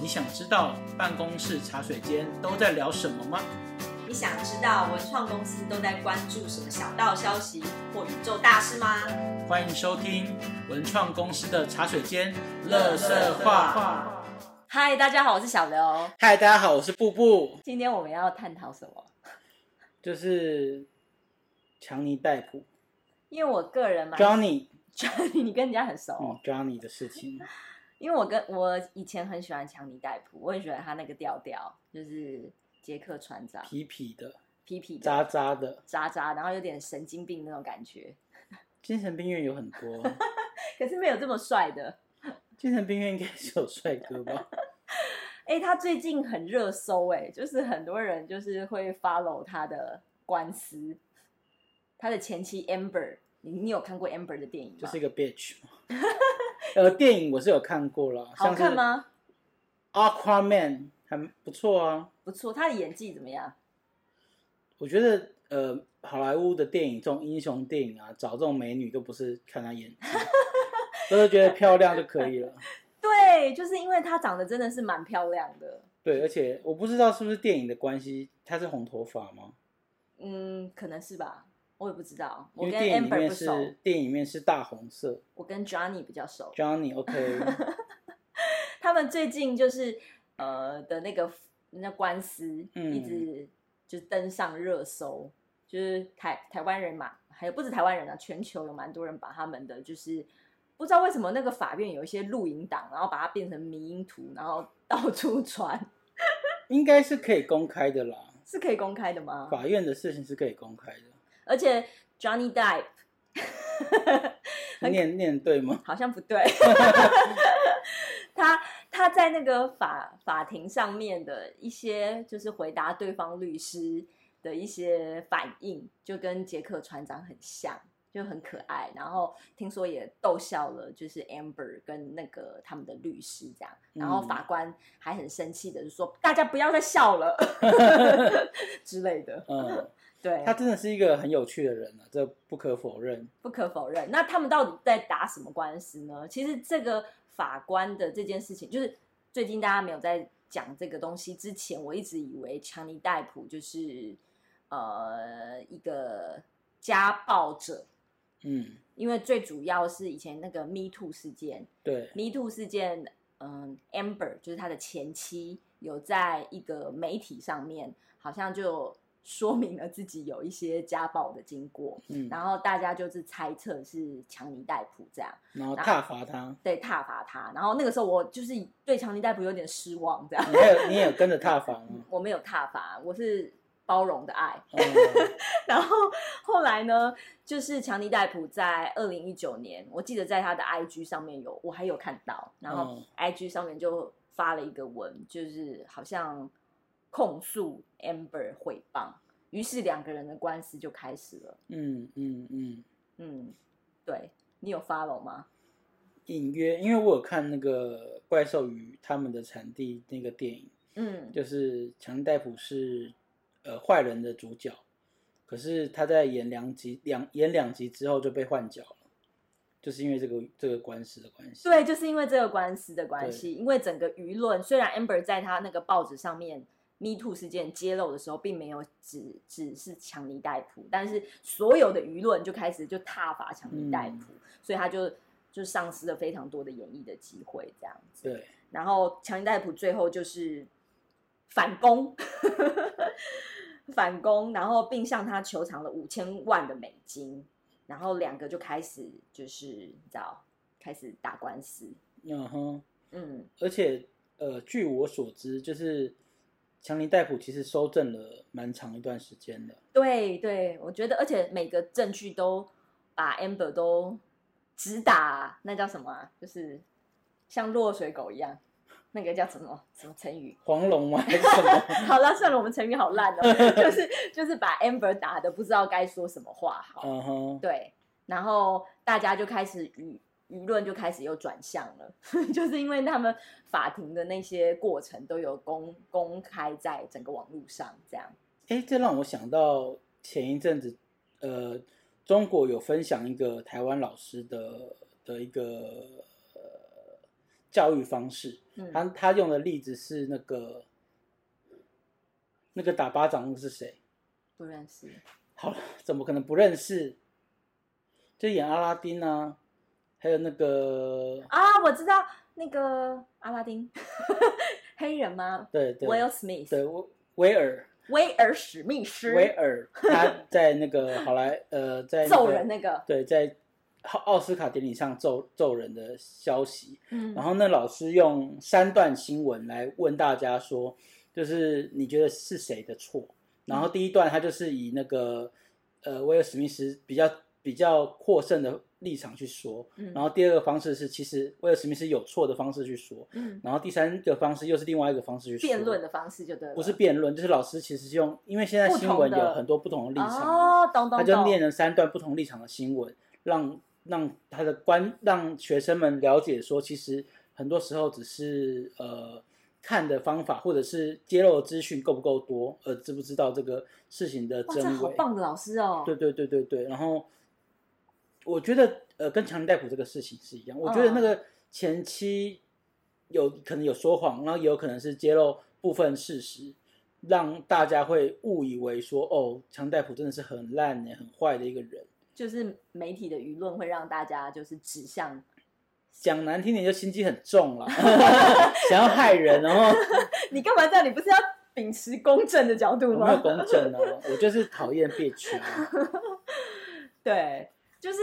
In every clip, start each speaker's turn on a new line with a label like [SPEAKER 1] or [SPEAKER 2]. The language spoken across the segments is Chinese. [SPEAKER 1] 你想知道办公室茶水间都在聊什么吗？
[SPEAKER 2] 你想知道文创公司都在关注什么小道消息或宇宙大事吗？
[SPEAKER 1] 欢迎收听文创公司的茶水间乐色话。
[SPEAKER 2] 嗨，大家好，我是小刘。
[SPEAKER 1] 嗨，大家好，我是布布，
[SPEAKER 2] 今天我们要探讨什么？
[SPEAKER 1] 就是强尼戴普
[SPEAKER 2] 因为我个人蛮
[SPEAKER 1] Johnny，
[SPEAKER 2] Johnny，你跟人家很熟哦、
[SPEAKER 1] 嗯，Johnny 的事情。
[SPEAKER 2] 因为我跟我以前很喜欢强尼戴普，我很喜欢他那个调调，就是杰克船长
[SPEAKER 1] 痞痞的、
[SPEAKER 2] 皮皮的
[SPEAKER 1] 渣渣的，
[SPEAKER 2] 渣渣，然后有点神经病那种感觉，
[SPEAKER 1] 精神病院有很多，
[SPEAKER 2] 可是没有这么帅的。
[SPEAKER 1] 精神病院应该是有帅哥吧？
[SPEAKER 2] 哎、他最近很热搜哎、就是很多人就是会 follow 他的官司，他的前妻 Amber，你你有看过 Amber 的电影吗？
[SPEAKER 1] 就是一个 bitch 嘛。呃，电影我是有看过了，
[SPEAKER 2] 好
[SPEAKER 1] 像
[SPEAKER 2] 看吗？
[SPEAKER 1] 是 Aquaman 还不错啊。
[SPEAKER 2] 不错，他的演技怎么样？
[SPEAKER 1] 我觉得呃，好莱坞的电影这种英雄电影啊，找这种美女都不是看她演技， 都是觉得漂亮就可以了。
[SPEAKER 2] 对，就是因为她长得真的是蛮漂亮的，
[SPEAKER 1] 对，而且我不知道是不是电影的关系，她是红头发吗？
[SPEAKER 2] 嗯，可能是吧，我也不知道。
[SPEAKER 1] 因
[SPEAKER 2] 我
[SPEAKER 1] 为
[SPEAKER 2] 跟
[SPEAKER 1] 电影里
[SPEAKER 2] Amber
[SPEAKER 1] 面
[SPEAKER 2] 不熟，
[SPEAKER 1] 是电影里面是大红色
[SPEAKER 2] 我跟 Johnny 比较熟。
[SPEAKER 1] ，Johnny OK，
[SPEAKER 2] 他们最近就是呃的那个那官司，
[SPEAKER 1] 嗯
[SPEAKER 2] 一直就登上热搜，就是台台湾人嘛，还有不止台湾人啊，全球有蛮多人把他们的就是不知道为什么那个法院有一些录影档，然后把它变成迷因图，然后到处传，
[SPEAKER 1] 应该是可以公开的啦。
[SPEAKER 2] 是可以公开的吗？
[SPEAKER 1] 法院的事情是可以公开的，
[SPEAKER 2] 而且 Johnny Depp
[SPEAKER 1] 念念对吗？
[SPEAKER 2] 好像不 对，他他在那个法法庭上面的一些就是回答对方律师的一些反应，就跟杰克船长很像，就很可爱。然后听说也逗笑了，就是 Amber 跟那个他们的律师这样。然后
[SPEAKER 1] 嗯
[SPEAKER 2] 法官还很生气的就说：“大家不要再笑 了之类的。
[SPEAKER 1] 嗯，”
[SPEAKER 2] 对，
[SPEAKER 1] 他真的是一个很有趣的人啊，这不可否认。
[SPEAKER 2] 不可否认。那他们到底在打什么官司呢？其实这个法官的这件事情，就是最近大家没有在讲这个东西之前，我一直以为强尼戴普就是呃一个家暴者，
[SPEAKER 1] 嗯，
[SPEAKER 2] 因为最主要是以前那个 Me Too 事件
[SPEAKER 1] 对，
[SPEAKER 2] ，Me Too 事件，嗯，Amber 就是他的前妻，有在一个媒体上面好像就说明了自己有一些家暴的经过，
[SPEAKER 1] 嗯，
[SPEAKER 2] 然后大家就是猜测是强尼戴普这样，
[SPEAKER 1] 然后踏伐他。
[SPEAKER 2] 对，挞伐他。然后那个时候我就是对强尼戴普有点失望，这 样
[SPEAKER 1] 你还有你也有跟着踏伐吗？
[SPEAKER 2] 我没有挞伐，我是包容的爱。
[SPEAKER 1] 嗯
[SPEAKER 2] 然后后来呢，就是强尼戴普在二零一九年，我记得在他的 IG 上面有，我还有看到，然后
[SPEAKER 1] 嗯
[SPEAKER 2] IG 上面就发了一个文，就是好像控诉 Amber 诽谤，于是两个人的官司就开始了。
[SPEAKER 1] 嗯嗯嗯，
[SPEAKER 2] 嗯，对你有 follow 吗？
[SPEAKER 1] 隐约，因为我有看那个《怪兽与他们的产地》那个电影，
[SPEAKER 2] 嗯，
[SPEAKER 1] 就是强尼戴普是呃坏人的主角，可是他在演两集两演两集之后就被换角了，就是因为这个这个官司的关系。
[SPEAKER 2] 对，就是因为这个官司的关系，因为整个舆论，虽然 Amber 在他那个报纸上面 Me Too 事件揭露的时候，并没有只只是强尼戴普，但是所有的舆论就开始就挞伐强尼
[SPEAKER 1] 嗯
[SPEAKER 2] 戴普，所以他就就丧失了非常多的演艺的机会，这样子。
[SPEAKER 1] 对，
[SPEAKER 2] 然后强尼戴普最后就是反攻， 反攻，然后并向他求偿了五千万的美金，然后两个就开始就是你知道开始打官司，
[SPEAKER 1] 嗯哼，
[SPEAKER 2] 嗯，
[SPEAKER 1] 而且呃，据我所知，就是强尼戴普其实收证了蛮长一段时间的。
[SPEAKER 2] 对对，我觉得而且每个证据都把 Amber 都直打，那叫什么、啊？就是像落水狗一样，那个叫什么什么成语？
[SPEAKER 1] 黄龙吗？还是什 么？
[SPEAKER 2] 好了，算了，我们成语好烂 哦，就是就是把 Amber 打的不知道该说什么话好。
[SPEAKER 1] 嗯哼，
[SPEAKER 2] 对，然后大家就开始舆舆论就开始又转向了， 就是因为他们法庭的那些过程都有公公开在整个网络上，这样。
[SPEAKER 1] 哎，这让我想到前一阵子，呃，中国有分享一个台湾老师的的一个、呃、教育方式。
[SPEAKER 2] 嗯
[SPEAKER 1] 他他用的例子是那个那个打巴掌的是谁？
[SPEAKER 2] 不认识。
[SPEAKER 1] 好了，怎么可能不认识？就演阿拉丁啊，还有那个
[SPEAKER 2] 啊，我知道那个阿拉丁，黑人吗
[SPEAKER 1] 对对
[SPEAKER 2] ？Will Smith，
[SPEAKER 1] 对威威尔
[SPEAKER 2] 威尔史密斯
[SPEAKER 1] 威尔，他在那个好莱呃在、那个
[SPEAKER 2] 揍人那个，
[SPEAKER 1] 对在奥奥斯卡典礼上揍揍人的消息，
[SPEAKER 2] 嗯
[SPEAKER 1] 然后那老师用三段新闻来问大家说，就是你觉得是谁的错？然
[SPEAKER 2] 嗯
[SPEAKER 1] 后第一段他就是以那个呃威尔史密斯比较比较获胜的立场去说，
[SPEAKER 2] 嗯
[SPEAKER 1] 然后第二个方式是其实威尔史密斯有错的方式去说，
[SPEAKER 2] 嗯，
[SPEAKER 1] 然后第三个方式又是另外一个方式去说
[SPEAKER 2] 辩论的方式就对了，
[SPEAKER 1] 不是辩论，就是老师其实是用，因为现在新
[SPEAKER 2] 不同
[SPEAKER 1] 闻
[SPEAKER 2] 的
[SPEAKER 1] 有很多不同的立场，
[SPEAKER 2] 哦，懂懂懂，
[SPEAKER 1] 他就念了三段不同立场的新闻，让让他的观让学生们了解说，其实很多时候只是呃看的方法或者是揭露的资讯够不够多，呃知不知道这个事情的
[SPEAKER 2] 哇，这
[SPEAKER 1] 真
[SPEAKER 2] 好
[SPEAKER 1] 伪。
[SPEAKER 2] 棒的老师哦，
[SPEAKER 1] 对对对对对，然后我觉得呃跟强尼戴普这个事情是一样，我觉得那个前期有可能有说谎，然后也有可能是揭露部分事实，让大家会误以为说哦，强尼戴普真的是很烂欸呢、很坏的一个人。
[SPEAKER 2] 就是媒体的舆论会让大家就是指 向，
[SPEAKER 1] 讲难听点，就心机很重了， 想要害人，然后
[SPEAKER 2] 你干嘛这样？你不是要秉持公正的角度
[SPEAKER 1] 我没有
[SPEAKER 2] 吗？
[SPEAKER 1] 公正啊，我就是讨厌 bitch 啊。
[SPEAKER 2] 对，就是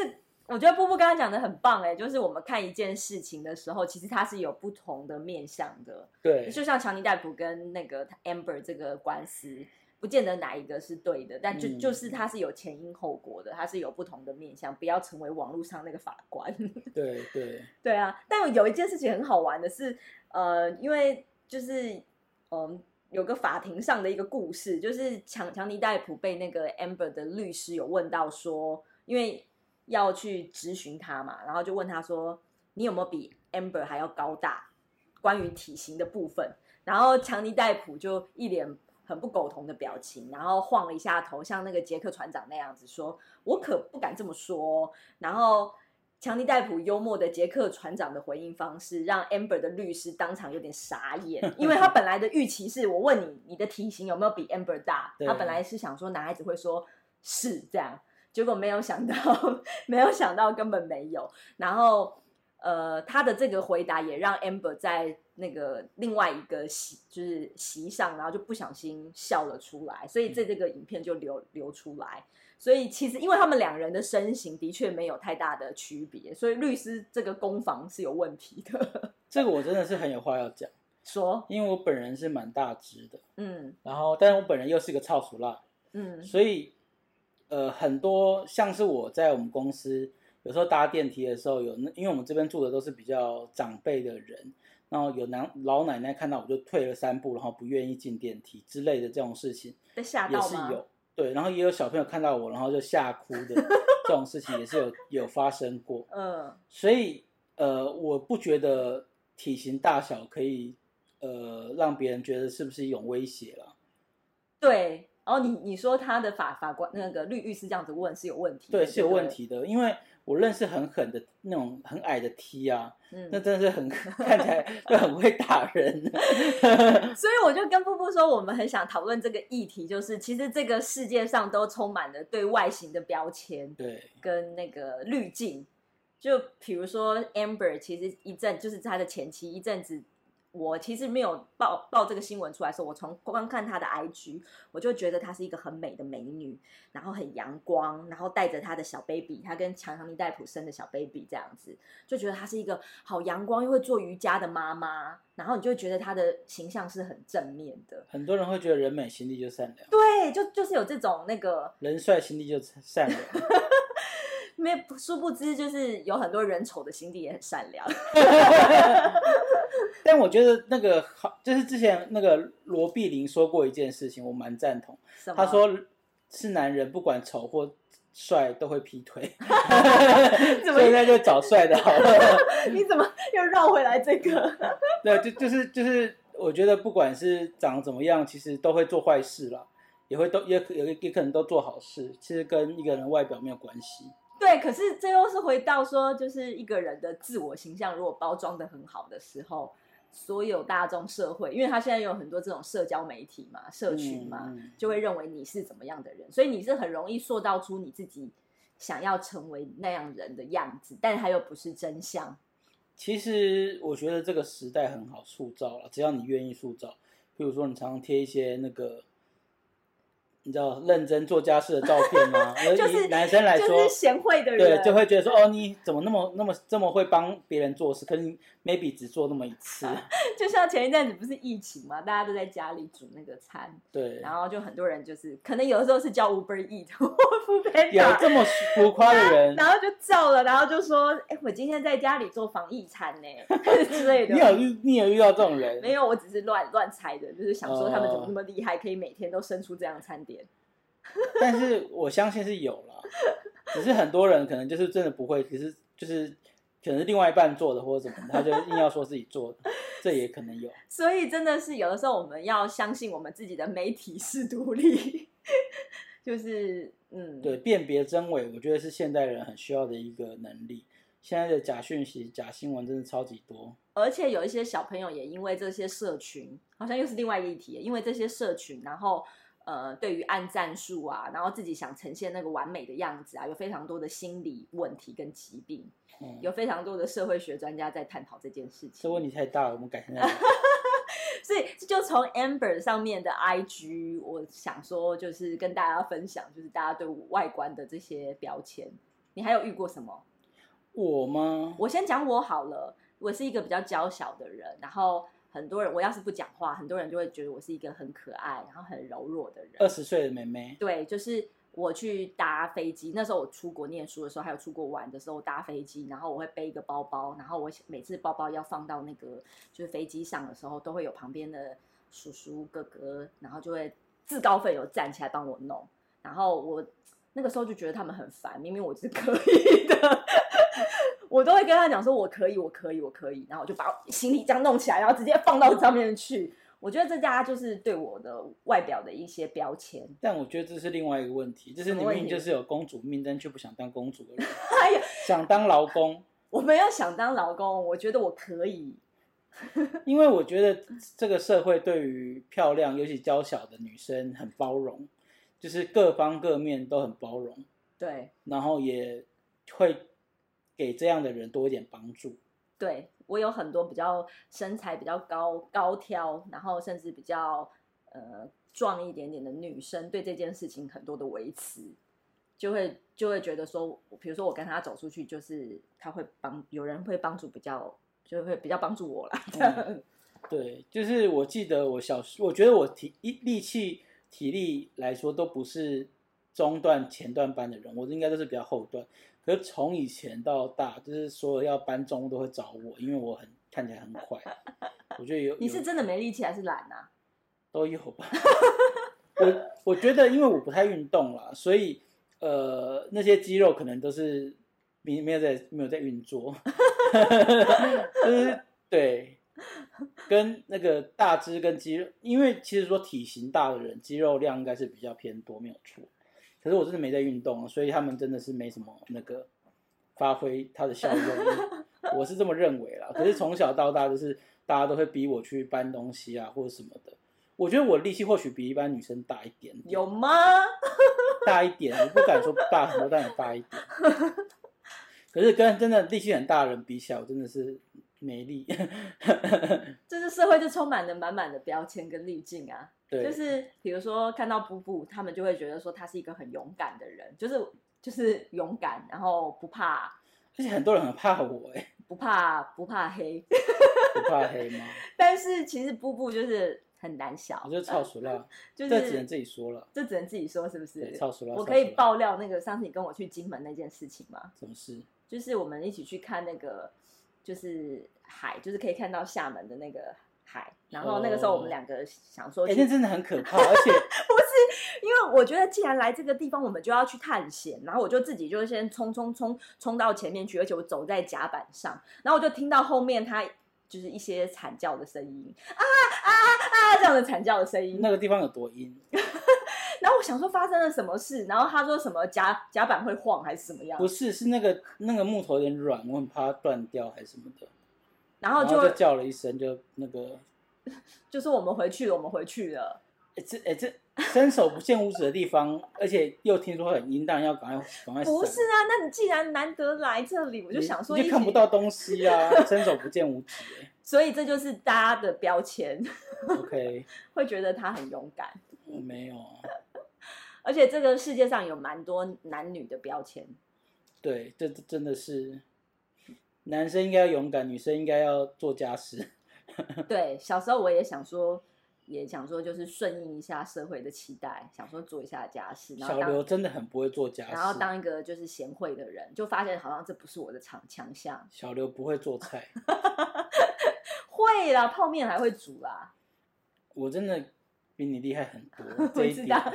[SPEAKER 2] 我觉得布布刚刚讲的很棒哎、就是我们看一件事情的时候，其实它是有不同的面向的，
[SPEAKER 1] 对，
[SPEAKER 2] 就像强尼戴普跟那个 Amber 这个官司，不见得哪一个是对的，但就、
[SPEAKER 1] 嗯
[SPEAKER 2] 就是它是有前因后果的，它是有不同的面向，不要成为网络上那个法官。
[SPEAKER 1] 对对，
[SPEAKER 2] 对啊，但有一件事情很好玩的是，呃，因为就是嗯、有个法庭上的一个故事，就是强强尼戴普被那个 Amber 的律师有问到说，因为要去质询他嘛，然后就问他说，你有没有比 Amber 还要高大？关于体型的部分，然后强尼戴普就一脸很不苟同的表情，然后晃了一下头，像那个杰克船长那样子说：“我可不敢这么说哦、然后强尼戴普幽默的杰克船长的回应方式，让 Amber 的律师当场有点傻眼，因为他本来的预期是我问你你的体型有没有比 Amber 大，
[SPEAKER 1] 对
[SPEAKER 2] 他本来是想说男孩子会说是这样，结果没有想到， 没有想到根本没有。然后呃，他的这个回答也让 Amber 在那个另外一个席就是席上，然后就不小心笑了出来，所
[SPEAKER 1] 嗯
[SPEAKER 2] 以在这个影片就流流出来。所以其实因为他们两人的身形的确没有太大的区别，所以律师这个攻防是有问题的。
[SPEAKER 1] 这个我真的是很有话要讲，
[SPEAKER 2] 说，
[SPEAKER 1] 因为我本人是蛮大只的。
[SPEAKER 2] 嗯
[SPEAKER 1] 然后，但是我本人又是个操俗辣，
[SPEAKER 2] 嗯
[SPEAKER 1] 所以呃，很多像是我在我们公司有时候搭电梯的时候，有那因为我们这边住的都是比较长辈的人，然后有男老奶奶看到我就退了三步，然后不愿意进电梯之类的这种事情
[SPEAKER 2] 被吓
[SPEAKER 1] 也
[SPEAKER 2] 到
[SPEAKER 1] 是
[SPEAKER 2] 吗？
[SPEAKER 1] 有。对，然后也有小朋友看到我，然后就吓哭 的这种事情也是有有发生过，
[SPEAKER 2] 嗯，
[SPEAKER 1] 所以呃，我不觉得体型大小可以呃让别人觉得是不是一种威胁啦。
[SPEAKER 2] 对。然后你你说他的法法官那个律律师这样子问是有问题的，
[SPEAKER 1] 对，是有
[SPEAKER 2] 不
[SPEAKER 1] 问。题的，因为我认识很狠的那种很矮的 T 啊，
[SPEAKER 2] 嗯，
[SPEAKER 1] 那真的是很 看起来就很会打人。
[SPEAKER 2] 所以我就跟布布说，我们很想讨论这个议题，就是其实这个世界上都充满了对外形的标签
[SPEAKER 1] 对
[SPEAKER 2] 跟那个滤镜。就比如说 Amber，其实一阵就是她的前期一阵子，我其实没有报报这个新闻出来的时候，我从光看她的 IG，我就觉得她是一个很美的美女，然后很阳光，然后带着她的小 baby，她跟强强尼戴普生的小 baby 这样子，就觉得她是一个好阳光又会做瑜伽的妈妈，然后你就会觉得她的形象是很正面的。
[SPEAKER 1] 很多人会觉得人美心地就善良，
[SPEAKER 2] 对，就就是有这种那个，
[SPEAKER 1] 人帅心地就善良。
[SPEAKER 2] 没殊不知就是有很多人丑的心地也很善良。
[SPEAKER 1] 但我觉得那个好，就是之前那个罗碧玲说过一件事情，我蛮赞同。
[SPEAKER 2] 什么
[SPEAKER 1] 她说是男人不管丑或帅都会劈腿，
[SPEAKER 2] 怎
[SPEAKER 1] 所以
[SPEAKER 2] 么
[SPEAKER 1] 那就找帅的好了。
[SPEAKER 2] 你怎么又绕回来这个？
[SPEAKER 1] 对，就就是就是，我觉得不管是长得怎么样，其实都会做坏事啦，也会都也可也也可能都做好事，其实跟一个人外表没有关系。
[SPEAKER 2] 对， 对，可是这又是回到说，就是一个人的自我形象如果包装的很好的时候，所有大众社会，因为他现在有很多这种社交媒体嘛、社群嘛，
[SPEAKER 1] 嗯
[SPEAKER 2] 就会认为你是怎么样的人，所以你是很容易塑造出你自己想要成为那样人的样子，但他又不是真相。
[SPEAKER 1] 其实我觉得这个时代很好塑造了，只要你愿意塑造。比如说，你常常贴一些那个，你知道认真做家事的照片 吗？而
[SPEAKER 2] 就是
[SPEAKER 1] 以男生来说，
[SPEAKER 2] 就是贤惠的人，
[SPEAKER 1] 对，就会觉得说，哦，你怎么那么那么这么会帮别人做事？可是你 maybe 只做那么一次，
[SPEAKER 2] 就像前一阵子不是疫情嘛，大家都在家里煮那个餐，
[SPEAKER 1] 对，
[SPEAKER 2] 然后就很多人就是可能有的时候是叫 Uber Eat 或 f o o p
[SPEAKER 1] 有这么浮夸的 人，
[SPEAKER 2] 然后就叫了，然后就说：“哎、我今天在家里做防疫餐呢 之类
[SPEAKER 1] 你有
[SPEAKER 2] 的。
[SPEAKER 1] 遇你有遇到这种”人？
[SPEAKER 2] 没有，我只是乱乱猜的，就是想说他们怎
[SPEAKER 1] 哦
[SPEAKER 2] 么那么厉害，可以每天都生出这样的餐点。
[SPEAKER 1] 但是我相信是有了，只是很多人可能就是真的不会，可是就是可能是另外一半做的或者怎么，他就硬要说自己做的，这也可能有。
[SPEAKER 2] 所以真的是有的时候我们要相信我们自己的媒体是独立， 就是嗯，
[SPEAKER 1] 对，辨别真伪，我觉得是现代人很需要的一个能力。现在的假讯息、假新闻真的超级多，
[SPEAKER 2] 而且有一些小朋友也因为这些社群，好像又是另外一个议题，因为这些社群，然后呃，对于按赞数啊，然后自己想呈现那个完美的样子啊，有非常多的心理问题跟疾病，
[SPEAKER 1] 嗯，
[SPEAKER 2] 有非常多的社会学专家在探讨这件事
[SPEAKER 1] 这
[SPEAKER 2] 情。
[SPEAKER 1] 问题太大了，我们改天 再聊。
[SPEAKER 2] 所以这就从 Amber 上面的 IG，我想说就是跟大家分享，就是大家对外观的这些标签，你还有遇过什么？
[SPEAKER 1] 我吗？
[SPEAKER 2] 我先讲我好了，我是一个比较娇小的人，然后很多人我要是不讲话，很多人就会觉得我是一个很可爱，然后很柔弱的
[SPEAKER 1] 二
[SPEAKER 2] 人。
[SPEAKER 1] 十岁的妹妹，
[SPEAKER 2] 对，就是我去搭飞机，那时候我出国念书的时候，还有出国玩的时候，我搭飞机，然后我会背一个包包，然后我每次包包要放到那个就是飞机上的时候，都会有旁边的叔叔哥哥，然后就会自告奋勇站起来帮我弄，然后我。那个时候就觉得他们很烦，明明我是可以的， 我都会跟他讲说我可以，我可以，我可以，然后我就把行李这样弄起来，然后直接放到上面去。我觉得这大家就是对我的外表的一些标签，
[SPEAKER 1] 但我觉得这是另外一个问题，就是你
[SPEAKER 2] 什么
[SPEAKER 1] 明
[SPEAKER 2] 问题
[SPEAKER 1] 明就是有公主命，但却不想当公主的人，
[SPEAKER 2] 哎呀，
[SPEAKER 1] 想当劳工。
[SPEAKER 2] 我没有想当老公，我觉得我可以。
[SPEAKER 1] 因为我觉得这个社会对于漂亮，尤其娇小的女生很包容，就是各方各面都很包容，
[SPEAKER 2] 对
[SPEAKER 1] 然后也会给这样的人多一点帮助。
[SPEAKER 2] 对，我有很多比较身材比较高高挑，然后甚至比较呃壮一点点的女生，对这件事情很多的维持，就会就会觉得说，比如说我跟她走出去，就是她会帮有人会帮助比较。就会比较帮助我啦。
[SPEAKER 1] 嗯对，就是我记得我小时，我觉得我体一力气、体力来说都不是中段、前段班的人，我应该都是比较后段。可是从以前到大，就是所有要搬重物都会找我，因为我很看起来很快。我觉得有
[SPEAKER 2] 你是
[SPEAKER 1] 有
[SPEAKER 2] 真的没力气还是懒啊？
[SPEAKER 1] 都有吧。 我我觉得，因为我不太运动啦，所以呃，那些肌肉可能都是没没有在没有在运作，就是对，跟那个大肢跟肌肉，因为其实说体型大的人，肌肉量应该是比较偏多，没有错。可是我真的没在运动啊，所以他们真的是没什么那个发挥它的效用，我是这么认为啦。可是从小到大，就是大家都会逼我去搬东西啊，或者什么的。我觉得我力气或许比一般女生大一点，
[SPEAKER 2] 有吗？
[SPEAKER 1] 大一点，我 不敢说大很多，但也大一 点。可是跟真的力气很大的人比起来，我真的是没力。
[SPEAKER 2] 这是社会就充满了满满的标签跟滤镜啊。
[SPEAKER 1] 对，
[SPEAKER 2] 就是比如说看到布布，他们就会觉得说他是一个很勇敢的人，就是就是勇敢，然后不怕
[SPEAKER 1] 而且很多人很怕我、欸，哎，
[SPEAKER 2] 不怕不怕黑，
[SPEAKER 1] 不怕黑吗？
[SPEAKER 2] 但是其实布布就是很胆小
[SPEAKER 1] 我，就超熟啦，
[SPEAKER 2] 就
[SPEAKER 1] 这只能
[SPEAKER 2] 是
[SPEAKER 1] 自己说了。
[SPEAKER 2] 这只能自己说是不
[SPEAKER 1] 对，
[SPEAKER 2] 是？
[SPEAKER 1] 超熟啦。超
[SPEAKER 2] 我可以
[SPEAKER 1] 熟啦
[SPEAKER 2] 爆料那个上次你跟我去金门那件事情吗？
[SPEAKER 1] 什么事？
[SPEAKER 2] 就是我们一起去看那个就是海，就是可以看到厦门的那个海，然后那个时候我们两个想说
[SPEAKER 1] 哦哎、
[SPEAKER 2] 去
[SPEAKER 1] 那真的很 可怕，而且
[SPEAKER 2] 因为我觉得既然来这个地方，我们就要去探险，然后我就自己就先冲冲冲冲到前面去，而且我走在甲板上，然后我就听到后面他就是一些惨叫的声音啊啊啊这样的惨叫的声音，
[SPEAKER 1] 那个地方有多阴，
[SPEAKER 2] 然后我想说发生了什么事，然后他说什么甲甲板会晃还是什么样
[SPEAKER 1] 不，是，是那个那个木头有点软，我很怕它断掉还是什么的，
[SPEAKER 2] 然后
[SPEAKER 1] 然
[SPEAKER 2] 就
[SPEAKER 1] 后就叫了一声，就那个，
[SPEAKER 2] 就说我们回去了，我们回去了。
[SPEAKER 1] 哎这哎这伸手不见五指的地方，而且又听说很阴，当然要赶快赶快闪。
[SPEAKER 2] 不是啊，那你既然难得来这里，我
[SPEAKER 1] 你，
[SPEAKER 2] 就想说
[SPEAKER 1] 你
[SPEAKER 2] 一
[SPEAKER 1] 就
[SPEAKER 2] 起
[SPEAKER 1] 看不，到东西啊，伸手不见五指、哎
[SPEAKER 2] 所以这就是大家的标签，
[SPEAKER 1] OK，
[SPEAKER 2] 会觉得他很勇敢。
[SPEAKER 1] 我没有啊。
[SPEAKER 2] 而且这个世界上有蛮多男女的标签，
[SPEAKER 1] 对，这这真的是男生应该要勇敢，女生应该要做家事。
[SPEAKER 2] 对，小时候我也想说，也想说就是顺应一下社会的期待，想说做一下家事，然后
[SPEAKER 1] 小刘
[SPEAKER 2] 当
[SPEAKER 1] 真的很不会做家事，
[SPEAKER 2] 然后当一个就是贤惠的人，就发现好像这不是我的强强项。
[SPEAKER 1] 小刘不会做菜，
[SPEAKER 2] 会啦，泡面还会煮啦，
[SPEAKER 1] 我真的比你厉害很多
[SPEAKER 2] 我
[SPEAKER 1] 这一
[SPEAKER 2] 知
[SPEAKER 1] 点
[SPEAKER 2] 道，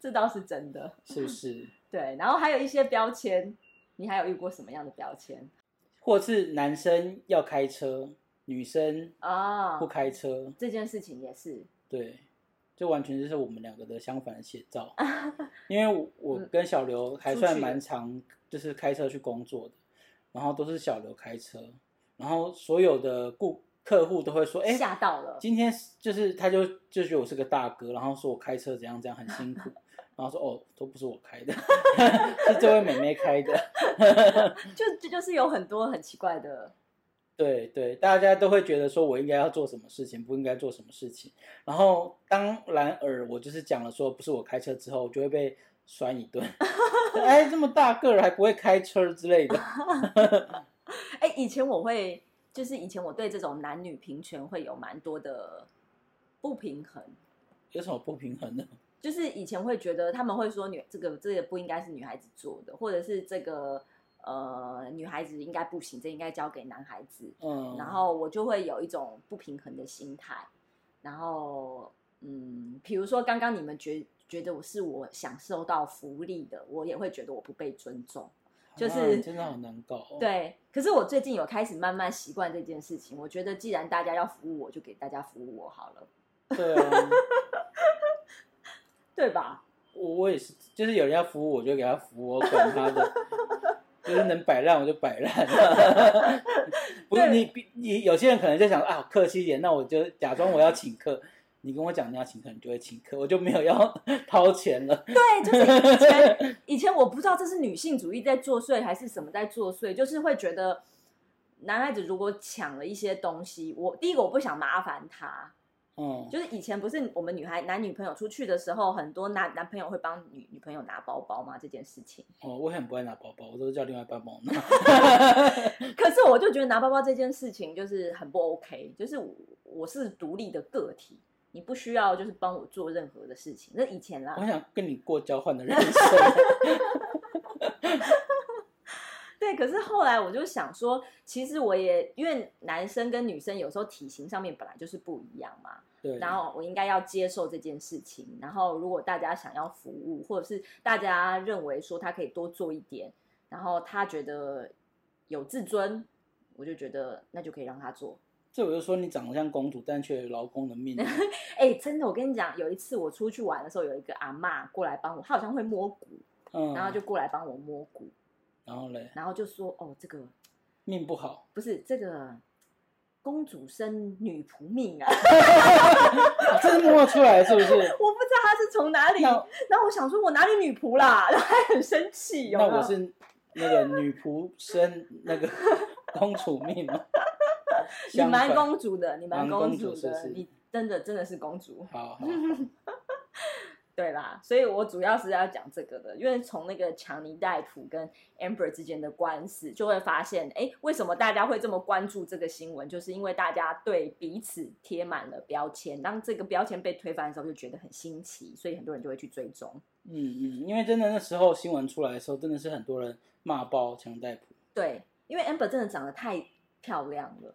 [SPEAKER 2] 这倒是真的。
[SPEAKER 1] 是不是？
[SPEAKER 2] 对，然后还有一些标签，你还有遇过什么样的标签
[SPEAKER 1] 或是男生要开车，女生
[SPEAKER 2] 啊？
[SPEAKER 1] 不开车，
[SPEAKER 2] 这件事情也是，
[SPEAKER 1] 对，就完全就是我们两个的相反的写照。因为我我跟小刘还算蛮常就是开车去工作的，然后都是小刘开车，然后所有的顾客户都会说，哎、
[SPEAKER 2] 吓到了。
[SPEAKER 1] 今天就是他就就觉得我是个大哥，然后说我开车怎样怎样很辛苦， 然后说哦都不是我开的， 是这位美妹开的。
[SPEAKER 2] 就这就是有很多很奇怪的，
[SPEAKER 1] 对对，大家都会觉得说我应该要做什么事情，不应该做什么事情。然后当然而我就是讲了说不是我开车之后，我就会被摔一顿。 哎，这么大个儿还不会开车之类的。
[SPEAKER 2] 哎、以前我会，就是以前我对这种男女平权会有蛮多的不平衡，
[SPEAKER 1] 有什么不平衡的？
[SPEAKER 2] 就是以前会觉得他们会说女这个这个不应该是女孩子做的，或者是这个呃女孩子应该不行，这应该交给男孩子，
[SPEAKER 1] 嗯，
[SPEAKER 2] 然后我就会有一种不平衡的心态，然后嗯，比如说刚刚你们觉觉得我是我享受到福利的，我也会觉得我不被尊重。就是
[SPEAKER 1] 啊你真的好难搞、哦。，
[SPEAKER 2] 对，可是我最近有开始慢慢习惯这件事情。我觉得既然大家要服务我，就给大家服务我好了，
[SPEAKER 1] 对啊，
[SPEAKER 2] 对吧？
[SPEAKER 1] 我我也是，就是有人要服务我就给他服务，我管他 的，就是能摆烂我就摆 烂。不是你你有些人可能就想啊，客气一点，那我就假装我要请客。你跟我讲你要请客，你就会请客，我就没有要 掏钱了。
[SPEAKER 2] 对，就是以前以前我不知道这是女性主义在作祟还是什么在作祟，就是会觉得男孩子如果抢了一些东西，我第一个我不想麻烦他，
[SPEAKER 1] 嗯，
[SPEAKER 2] 就是以前不是我们女孩男女朋友出去的时候，很多男男朋友会帮女女朋友拿包包吗？这件事情。
[SPEAKER 1] 哦，我很不爱拿包包，我都是叫另外一半帮我拿。
[SPEAKER 2] 可是我就觉得拿包包这件事情就是很不 OK，就是我我是独立的个体，你不需要就是帮我做任何的事情。那以前啦
[SPEAKER 1] 我，想跟你过交换的人生。
[SPEAKER 2] 对。可是后来我就想说，其实我也因为男生跟女生有时候体型上面本来就是不一样嘛，
[SPEAKER 1] 对，
[SPEAKER 2] 然后我应该要接受这件事情。然后如果大家想要服务，或者是大家认为说他可以多做一点，然后他觉得有自尊，我就觉得那就可以让他做。
[SPEAKER 1] 这我就说你长得像公主，但却有劳工的命。啊
[SPEAKER 2] 哎、真的，我跟你讲，有一次我出去玩的时候，有一个阿嬷过来帮我，她好像会摸骨，
[SPEAKER 1] 嗯，
[SPEAKER 2] 然后就过来帮我摸骨，
[SPEAKER 1] 然后嘞，
[SPEAKER 2] 然后就说：“哦，这个
[SPEAKER 1] 命不好，
[SPEAKER 2] 不是这个公主生女仆 命啊！”
[SPEAKER 1] 啊这是摸得出来是不 是？
[SPEAKER 2] 我不知道她是从哪里，
[SPEAKER 1] 那
[SPEAKER 2] 然后我想说，我哪里女仆啦？ 然后还很生气，有啊没
[SPEAKER 1] 那
[SPEAKER 2] 有
[SPEAKER 1] 我是那个女仆生那个 公主命 吗？
[SPEAKER 2] 你
[SPEAKER 1] 相
[SPEAKER 2] 蛮
[SPEAKER 1] 反
[SPEAKER 2] 公主的，你蛮
[SPEAKER 1] 蛮公
[SPEAKER 2] 主的，
[SPEAKER 1] 主是不是
[SPEAKER 2] 你真的真的是公主。
[SPEAKER 1] 好好，嗯好
[SPEAKER 2] 对啦，所以我主要是要讲这个的，因为从那个强尼戴普跟 Amber 之间的官司，就会发现，哎，为什么大家会这么关注这个新闻？就是因为大家对彼此贴满了标签，当这个标签被推翻的时候，就觉得很新奇，所以很多人就会去追踪。
[SPEAKER 1] 嗯嗯，因为真的那时候新闻出来的时候，真的是很多人骂爆强代普，
[SPEAKER 2] 对，因为 Amber 真的长得太漂亮了，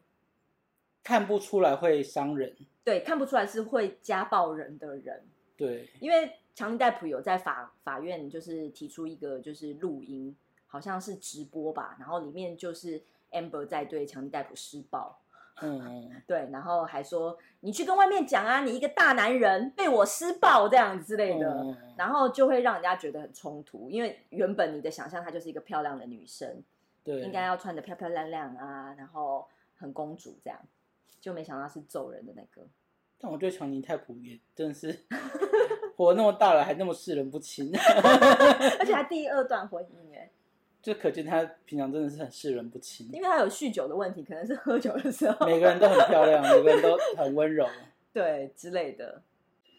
[SPEAKER 1] 看不出来会伤人。
[SPEAKER 2] 对，看不出来是会家暴人的人，
[SPEAKER 1] 对，
[SPEAKER 2] 因为强尼戴普有在法法院就是提出一个就是录音，好像是直播吧，然后里面就是 Amber 在对强尼戴普施暴，
[SPEAKER 1] 嗯嗯，
[SPEAKER 2] 对，然后还说你去跟外面讲啊，你一个大男人被我施暴这样之类的，
[SPEAKER 1] 嗯嗯
[SPEAKER 2] 然后就会让人家觉得很冲突，因为原本你的想象她就是一个漂亮的女生，
[SPEAKER 1] 对，
[SPEAKER 2] 应该要穿的漂漂亮亮啊，然后很公主这样，就没想到是揍人的那个。
[SPEAKER 1] 但我觉得强尼太普也真的是 活那么大了还那么世人不清，
[SPEAKER 2] 而且他第二段婚姻哎，
[SPEAKER 1] 就可见他平常真的是很世人不清。
[SPEAKER 2] 因为他有酗酒的问题，可能是喝酒的时候，
[SPEAKER 1] 每个人都很漂亮，每个人都很温柔。
[SPEAKER 2] 对之类的。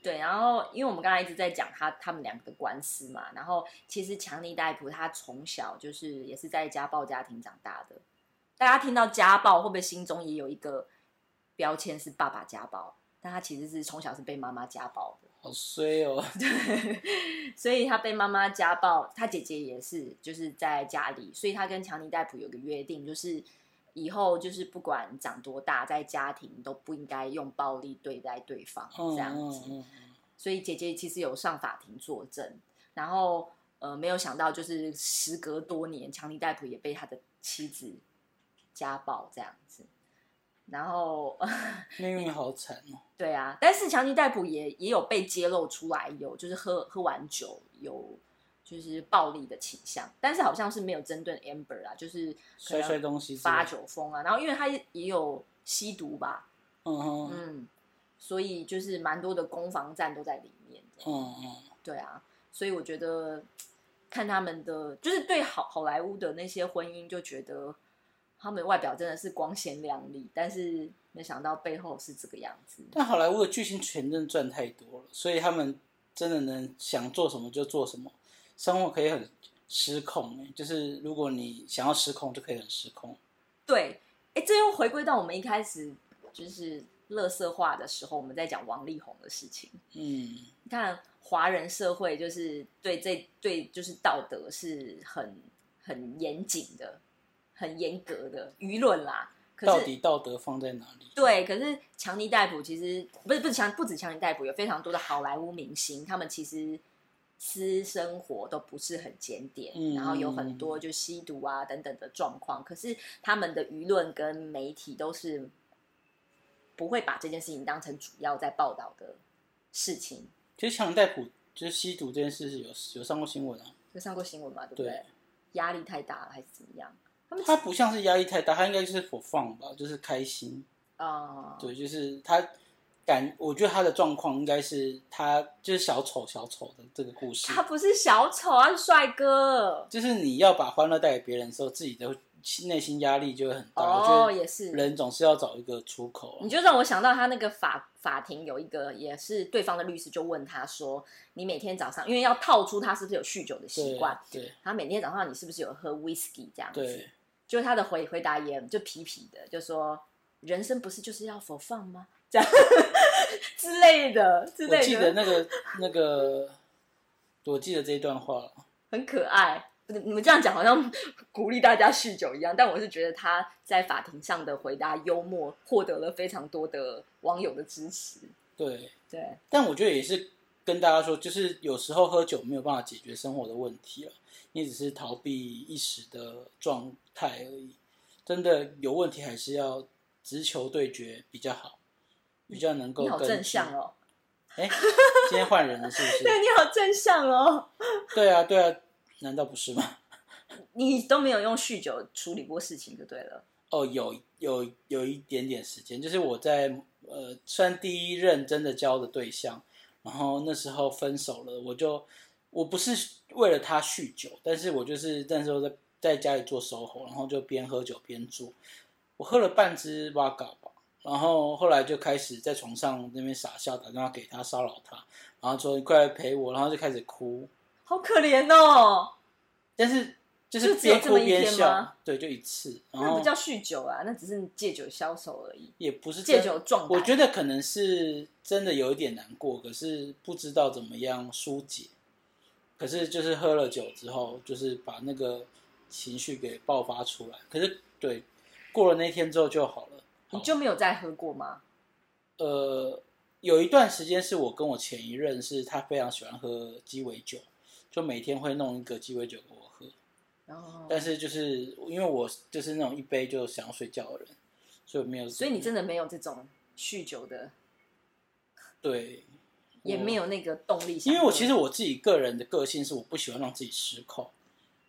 [SPEAKER 2] 对，然后因为我们刚才一直在讲他他们两个的官司嘛，然后其实强尼戴普他从小就是也是在家暴家庭长大的，大家听到家暴会不会心中也有一个标签是爸爸家暴？但他其实是从小是被妈妈家暴的，
[SPEAKER 1] 好衰哦！
[SPEAKER 2] 对， 所以他被妈妈家暴，他姐姐也是，就是在家里，所以他跟强尼戴普有个约定，就是以后就是不管长多大，在家庭都不应该用暴力对待对方
[SPEAKER 1] 嗯
[SPEAKER 2] 这样子。
[SPEAKER 1] 嗯嗯
[SPEAKER 2] 所以姐姐其实有上法庭作证，然后呃，没有想到就是时隔多年，强尼戴普也被他的妻子家暴这样子，然后
[SPEAKER 1] 命
[SPEAKER 2] 嗯
[SPEAKER 1] 运好惨哦。
[SPEAKER 2] 对啊，但是强尼戴普也也有被揭露出来有就是喝喝完酒有就是暴力的倾向，但是好像是没有针对 Amber 啊，就是可
[SPEAKER 1] 摔
[SPEAKER 2] 能
[SPEAKER 1] 摔东西之类的
[SPEAKER 2] 发酒疯啊，然后因为他也有吸毒吧，
[SPEAKER 1] 嗯哼，
[SPEAKER 2] 嗯，所以就是蛮多的攻防战都在里面的。
[SPEAKER 1] 嗯嗯，
[SPEAKER 2] 对啊，所以我觉得看他们的，就是对好好莱坞的那些婚姻，就觉得他们外表真的是光鲜亮丽，但是没想到背后是这个样子。
[SPEAKER 1] 但好莱坞的巨星权真的赚太多了，所以他们真的能想做什么就做什么，生活可以很失控、欸。就是如果你想要失控，就可以很失控。
[SPEAKER 2] 对，哎，这又回归到我们一开始就是乐色化的时候，我们在讲王力宏的事情。
[SPEAKER 1] 嗯，
[SPEAKER 2] 你看华人社会就是对这对就是道德是很很严谨的，很严格的舆论啦。可是
[SPEAKER 1] 到底道德放在哪里？
[SPEAKER 2] 对，可是强尼戴普其实不是不是强不止强尼戴普，有非常多的好莱坞明星，他们其实私生活都不是很检点，
[SPEAKER 1] 嗯
[SPEAKER 2] 然后有很多就吸毒啊等等的状况。可是他们的舆论跟媒体都是不会把这件事情当成主要在报道的事情。
[SPEAKER 1] 其实强代普就是吸毒这件事是有有上过新闻啊，
[SPEAKER 2] 有上过新闻嘛？对不
[SPEAKER 1] 对
[SPEAKER 2] 对？压力太大了还是怎么样？
[SPEAKER 1] 他不像是压力太大，他应该就是火放吧，就是开心。
[SPEAKER 2] 啊、
[SPEAKER 1] 对，就是他感，我觉得他的状况应该是他就是小丑小丑的这个故事，
[SPEAKER 2] 他不是小丑，他是帅哥。
[SPEAKER 1] 就是你要把欢乐带给别人的时候，自己的心内心压力就会很大。
[SPEAKER 2] 哦，
[SPEAKER 1] 我觉
[SPEAKER 2] 也是
[SPEAKER 1] 得人总是要找一个出口、啊
[SPEAKER 2] 你。就让我想到他那个法法庭有一个也是对方的律师就问他说，你每天早上因为要套出他是不是有酗酒的习
[SPEAKER 1] 对
[SPEAKER 2] 惯，
[SPEAKER 1] 对
[SPEAKER 2] 他每天早上你是不是有喝 whisky 这样子
[SPEAKER 1] 对？，
[SPEAKER 2] 就他的回回答也就皮皮的，就说人生不是就是要否放吗？这样 之类的之
[SPEAKER 1] 我记
[SPEAKER 2] 类
[SPEAKER 1] 得
[SPEAKER 2] 的，
[SPEAKER 1] 那个那个，我记得这一段话了。
[SPEAKER 2] 很可爱。不是你们这样讲好像鼓励大家酗酒一样，但我是觉得他在法庭上的回答幽默，获得了非常多的网友的支持。
[SPEAKER 1] 对，
[SPEAKER 2] 对，
[SPEAKER 1] 但我觉得也是跟大家说，就是有时候喝酒没有办法解决生活的问题了，你只是逃避一时的状态而已。真的有问题还是要直球对决比较好，比较能够
[SPEAKER 2] 你好
[SPEAKER 1] 根
[SPEAKER 2] 正
[SPEAKER 1] 治
[SPEAKER 2] 向。哦，
[SPEAKER 1] 哎、今天换人了是不
[SPEAKER 2] 对
[SPEAKER 1] 是？
[SPEAKER 2] 你好正向哦，
[SPEAKER 1] 对啊，对啊，难道不是吗？
[SPEAKER 2] 你都没有用酗酒处理过事情就对了。
[SPEAKER 1] 哦，有有有一点点时间，就是我在呃，算第一任真的交的对象，然后那时候分手了，我就我不是为了他酗酒，但是我就是那时候在在家里做手吼，然后就边喝酒边做，我喝了半支哇嘎吧，然后后来就开始在床上那边傻笑，打电话给他骚扰他，然后说你快来陪我，然后就开始哭，
[SPEAKER 2] 好可怜哦，
[SPEAKER 1] 但是就是
[SPEAKER 2] 就只有
[SPEAKER 1] 边
[SPEAKER 2] 这
[SPEAKER 1] 哭
[SPEAKER 2] 么一
[SPEAKER 1] 边
[SPEAKER 2] 天
[SPEAKER 1] 笑
[SPEAKER 2] 吗，
[SPEAKER 1] 对，就一次，然
[SPEAKER 2] 那
[SPEAKER 1] 后
[SPEAKER 2] 不叫酗酒啊，那只是借酒消愁而已，
[SPEAKER 1] 也不是
[SPEAKER 2] 借
[SPEAKER 1] 真
[SPEAKER 2] 酒壮胆。
[SPEAKER 1] 我觉得可能是真的有一点难过，可是不知道怎么样疏解。可是就是喝了酒之后，就是把那个情绪给爆发出来。可是对，过了那天之后就好了。
[SPEAKER 2] 你就没有再喝过吗？
[SPEAKER 1] 呃，有一段时间是我跟我前一任是他非常喜欢喝鸡尾酒，就每天会弄一个鸡尾酒给我喝。
[SPEAKER 2] 然后
[SPEAKER 1] 但是就是因为我就是那种一杯就想要睡觉的人，就没有。
[SPEAKER 2] 所以你真的没有这种酗酒的，
[SPEAKER 1] 对，
[SPEAKER 2] 也没有那个动力
[SPEAKER 1] 嗯
[SPEAKER 2] 想
[SPEAKER 1] 因为
[SPEAKER 2] 做。
[SPEAKER 1] 我其实我自己个人的个性是我不喜欢让自己失控，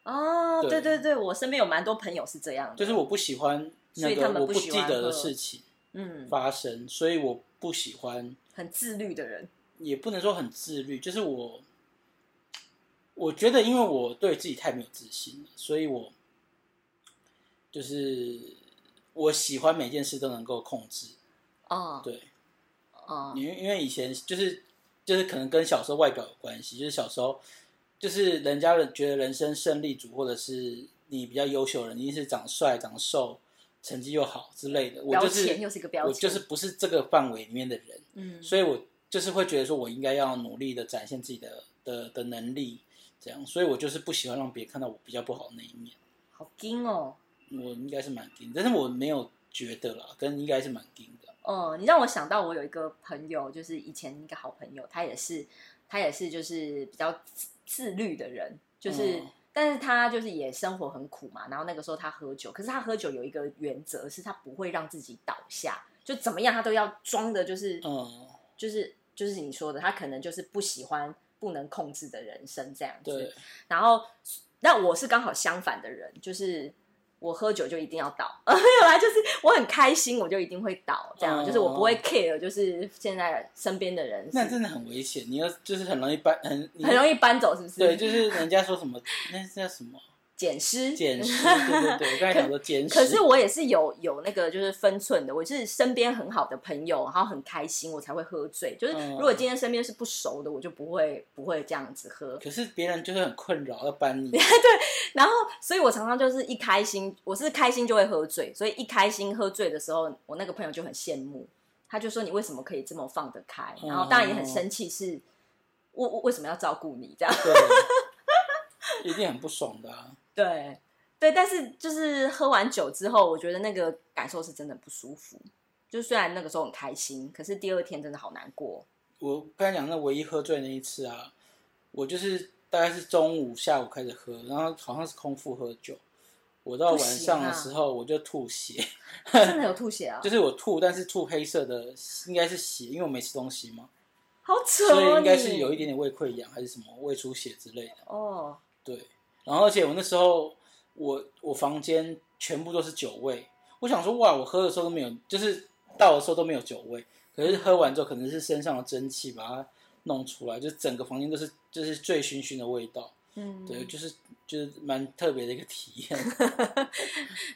[SPEAKER 2] 哦，对
[SPEAKER 1] 对
[SPEAKER 2] 对对，我身边有蛮多朋友是这样的，
[SPEAKER 1] 就是我不喜欢
[SPEAKER 2] 所
[SPEAKER 1] 那
[SPEAKER 2] 以他们
[SPEAKER 1] 个我
[SPEAKER 2] 不
[SPEAKER 1] 不
[SPEAKER 2] 喜
[SPEAKER 1] 记
[SPEAKER 2] 欢
[SPEAKER 1] 得的
[SPEAKER 2] 喝
[SPEAKER 1] 事情
[SPEAKER 2] 嗯，
[SPEAKER 1] 发生，所以我不喜欢，
[SPEAKER 2] 很自律的人，
[SPEAKER 1] 也不能说很自律，就是我，我觉得因为我对自己太没有自信了，所以我就是我喜欢每件事都能够控制，
[SPEAKER 2] 哦
[SPEAKER 1] 对。
[SPEAKER 2] 哦，
[SPEAKER 1] 因为因为以前就是就是可能跟小时候外表有关系，就是小时候就是人家觉得人生胜利组或者是你比较优秀的人，一定是长帅、长瘦、成绩又好之类的。我
[SPEAKER 2] 标
[SPEAKER 1] 就是
[SPEAKER 2] 签又是个标签
[SPEAKER 1] 我就是不是这个范围里面的人，
[SPEAKER 2] 嗯，
[SPEAKER 1] 所以我就是会觉得说我应该要努力的展现自己的的的能力，这样，所以我就是不喜欢让别人看到我比较不好的那一面。
[SPEAKER 2] 好硬哦，
[SPEAKER 1] 我应该是蛮硬，但是我没有觉得啦，跟应该是蛮硬的。
[SPEAKER 2] 哦，你让我想到我有一个朋友，就是以前一个好朋友，他也是，他也是就是比较自自律的人，就是，
[SPEAKER 1] 嗯
[SPEAKER 2] 但是他就是也生活很苦嘛。然后那个时候他喝酒，可是他喝酒有一个原则是他不会让自己倒下，就怎么样他都要装的，就是，
[SPEAKER 1] 嗯，
[SPEAKER 2] 就是就是你说的，他可能就是不喜欢不能控制的人生这样子。
[SPEAKER 1] 对，
[SPEAKER 2] 然后，那我是刚好相反的人，就是我喝酒就一定要倒， 没有啦，就是我很开心我就一定会倒，这
[SPEAKER 1] 哦
[SPEAKER 2] 样、就是我不会 care，就是现在身边的人
[SPEAKER 1] 那真的很危险，你要就是很容易搬，很
[SPEAKER 2] 很容
[SPEAKER 1] 易
[SPEAKER 2] 易搬走，是不是？
[SPEAKER 1] 对，就是人家说什么那是叫什么
[SPEAKER 2] 捡尸，
[SPEAKER 1] 捡尸，对对对，我刚才讲说捡尸，
[SPEAKER 2] 可是我也是有有那个就是分寸的，我就是身边很好的朋友，然后很开心，我才会喝醉。就是
[SPEAKER 1] 嗯
[SPEAKER 2] 如果今天身边是不熟的，我就不会不会这样子喝。
[SPEAKER 1] 可是别人就是很困扰要搬 你，
[SPEAKER 2] 然后，所以我常常就是一开心，我是开心就会喝醉，所以一开心喝醉的时候，我那个朋友就很羡慕，他就说你为什么可以这么放得开？
[SPEAKER 1] 嗯
[SPEAKER 2] 然后当然也很生气，是我我为什么要照顾你这样？
[SPEAKER 1] 对，一定很不爽的啊。
[SPEAKER 2] 对对，但是就是喝完酒之后，我觉得那个感受是真的不舒服。就虽然那个时候很开心，可是第二天真的好难 过。
[SPEAKER 1] 我刚才讲那唯一喝醉那一次啊，我就是大概是中午下午开始喝，然后好像是空腹喝酒，我到晚上
[SPEAKER 2] 啊
[SPEAKER 1] 的时候我就吐血，
[SPEAKER 2] 真的有吐血啊
[SPEAKER 1] 就！是我吐，但是吐黑色的应该是血，因为我没吃东西嘛，
[SPEAKER 2] 好扯哦，
[SPEAKER 1] 所以应该是
[SPEAKER 2] 你
[SPEAKER 1] 有一点点胃溃疡还是什么胃出血之类的。
[SPEAKER 2] 哦，
[SPEAKER 1] 对，然后而且我那时候我我房间全部都是酒味，我想说哇，我喝的时候都没有，就是倒的时候都没有酒味，可是喝完之后可能是身上的蒸汽把它弄出来，就整个房间都是就是醉醺醺的味道。
[SPEAKER 2] 嗯，
[SPEAKER 1] 对，就是就是蛮特别的一个体验。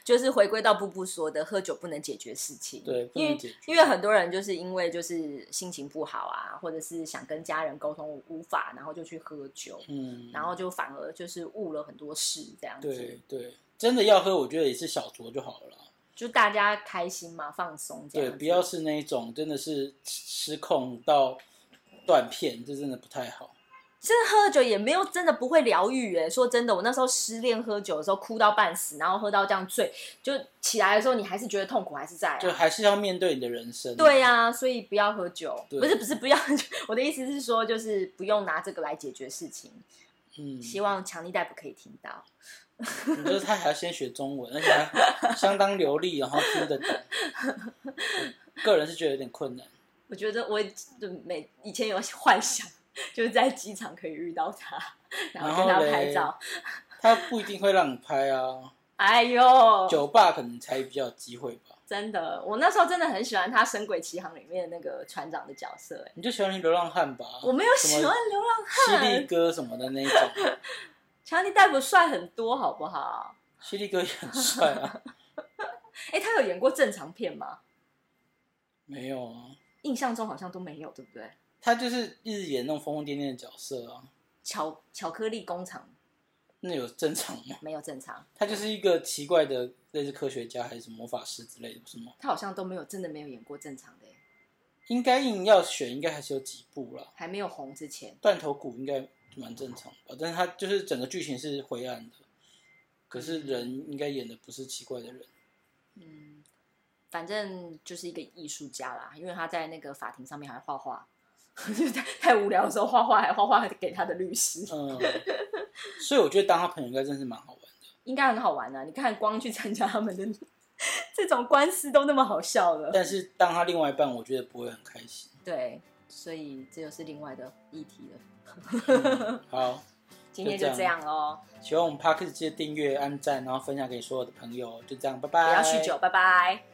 [SPEAKER 2] 就是回归到布布说的，喝酒不能解决事情。
[SPEAKER 1] 对不
[SPEAKER 2] 因
[SPEAKER 1] 能
[SPEAKER 2] 为
[SPEAKER 1] 解决
[SPEAKER 2] 因为很多人就是因为就是心情不好啊，或者是想跟家人沟通无法，然后就去喝酒，
[SPEAKER 1] 嗯，
[SPEAKER 2] 然后就反而就是误了很多事这样子
[SPEAKER 1] 对。对，真的要喝，我觉得也是小酌就好了啦。
[SPEAKER 2] 就大家开心嘛，放松这
[SPEAKER 1] 对，
[SPEAKER 2] 样子。
[SPEAKER 1] 不要是那一种真的是失控到断片，这真的不太好。
[SPEAKER 2] 真的喝酒也没有真的不会疗愈诶。说真的，我那时候失恋喝酒的时候哭到半死，然后喝到这样醉，就起来的时候你还是觉得痛苦还是在、啊。
[SPEAKER 1] 就还是要面对你的人生。啊
[SPEAKER 2] 对呀、所以不要喝酒，
[SPEAKER 1] 对
[SPEAKER 2] 不是不是不要 喝酒，我的意思是说，就是不用拿这个来解决事情。
[SPEAKER 1] 嗯，
[SPEAKER 2] 希望强力大夫可以听到。
[SPEAKER 1] 你就是他还要先学中文，而且还相当流利，然后听得懂。我个人是觉得有点困难。
[SPEAKER 2] 我觉得我就每以前有幻想，就是在机场可以遇到他，然后跟
[SPEAKER 1] 然
[SPEAKER 2] 他
[SPEAKER 1] 后嘞
[SPEAKER 2] 拍照。
[SPEAKER 1] 他不一定会让你拍啊，
[SPEAKER 2] 哎呦，
[SPEAKER 1] 酒吧可能才比较有机会吧。
[SPEAKER 2] 真的，我那时候真的很喜欢他《神鬼奇航》里面那个船长的角色。哎，
[SPEAKER 1] 你就喜欢听流浪汉吧？
[SPEAKER 2] 我没有喜欢流浪
[SPEAKER 1] 哦什么犀
[SPEAKER 2] 汉
[SPEAKER 1] 利，哥什么的那一种，
[SPEAKER 2] 强力大夫帅很多，好不好？
[SPEAKER 1] 犀利哥也很帅啊。
[SPEAKER 2] 哎，他有演过正常片吗？
[SPEAKER 1] 没有啊，
[SPEAKER 2] 印象中好像都没有，对不对？
[SPEAKER 1] 他就是一直演那种疯疯癫癫的角色啊，
[SPEAKER 2] 巧巧克力工厂
[SPEAKER 1] 那有正常吗？
[SPEAKER 2] 没有正常，
[SPEAKER 1] 他就是一个奇怪的类似科学家还是什么魔法师之类的，不是吗？
[SPEAKER 2] 他好像都没有真的没有演过正常的，哎
[SPEAKER 1] 应该硬要选，应该还是有几部啦。
[SPEAKER 2] 还没有红之前。
[SPEAKER 1] 断头谷应该蛮正常吧，但是他就是整个剧情是灰暗的，可是人应该演的不是奇怪的人。
[SPEAKER 2] 嗯，反正就是一个艺术家啦，因为他在那个法庭上面还画画， 就是太太无聊的时候画画，还画画给他的律师，
[SPEAKER 1] 嗯，所以我觉得当他朋友应该真是蛮好玩的。
[SPEAKER 2] 应该很好玩啊！你看，光去参加他们的这种官司都那么好笑了。
[SPEAKER 1] 但是当他另外一半，我觉得不会很开心。
[SPEAKER 2] 对，所以这又是另外的议题了。
[SPEAKER 1] 嗯好，
[SPEAKER 2] 今天就
[SPEAKER 1] 就
[SPEAKER 2] 这
[SPEAKER 1] 这
[SPEAKER 2] 样
[SPEAKER 1] 样
[SPEAKER 2] 喽，
[SPEAKER 1] 喜欢我们 p a r k 记得订阅、按赞，然后分享给所有的朋友。就这样，拜
[SPEAKER 2] 不
[SPEAKER 1] 拜。
[SPEAKER 2] 要酗酒，拜拜。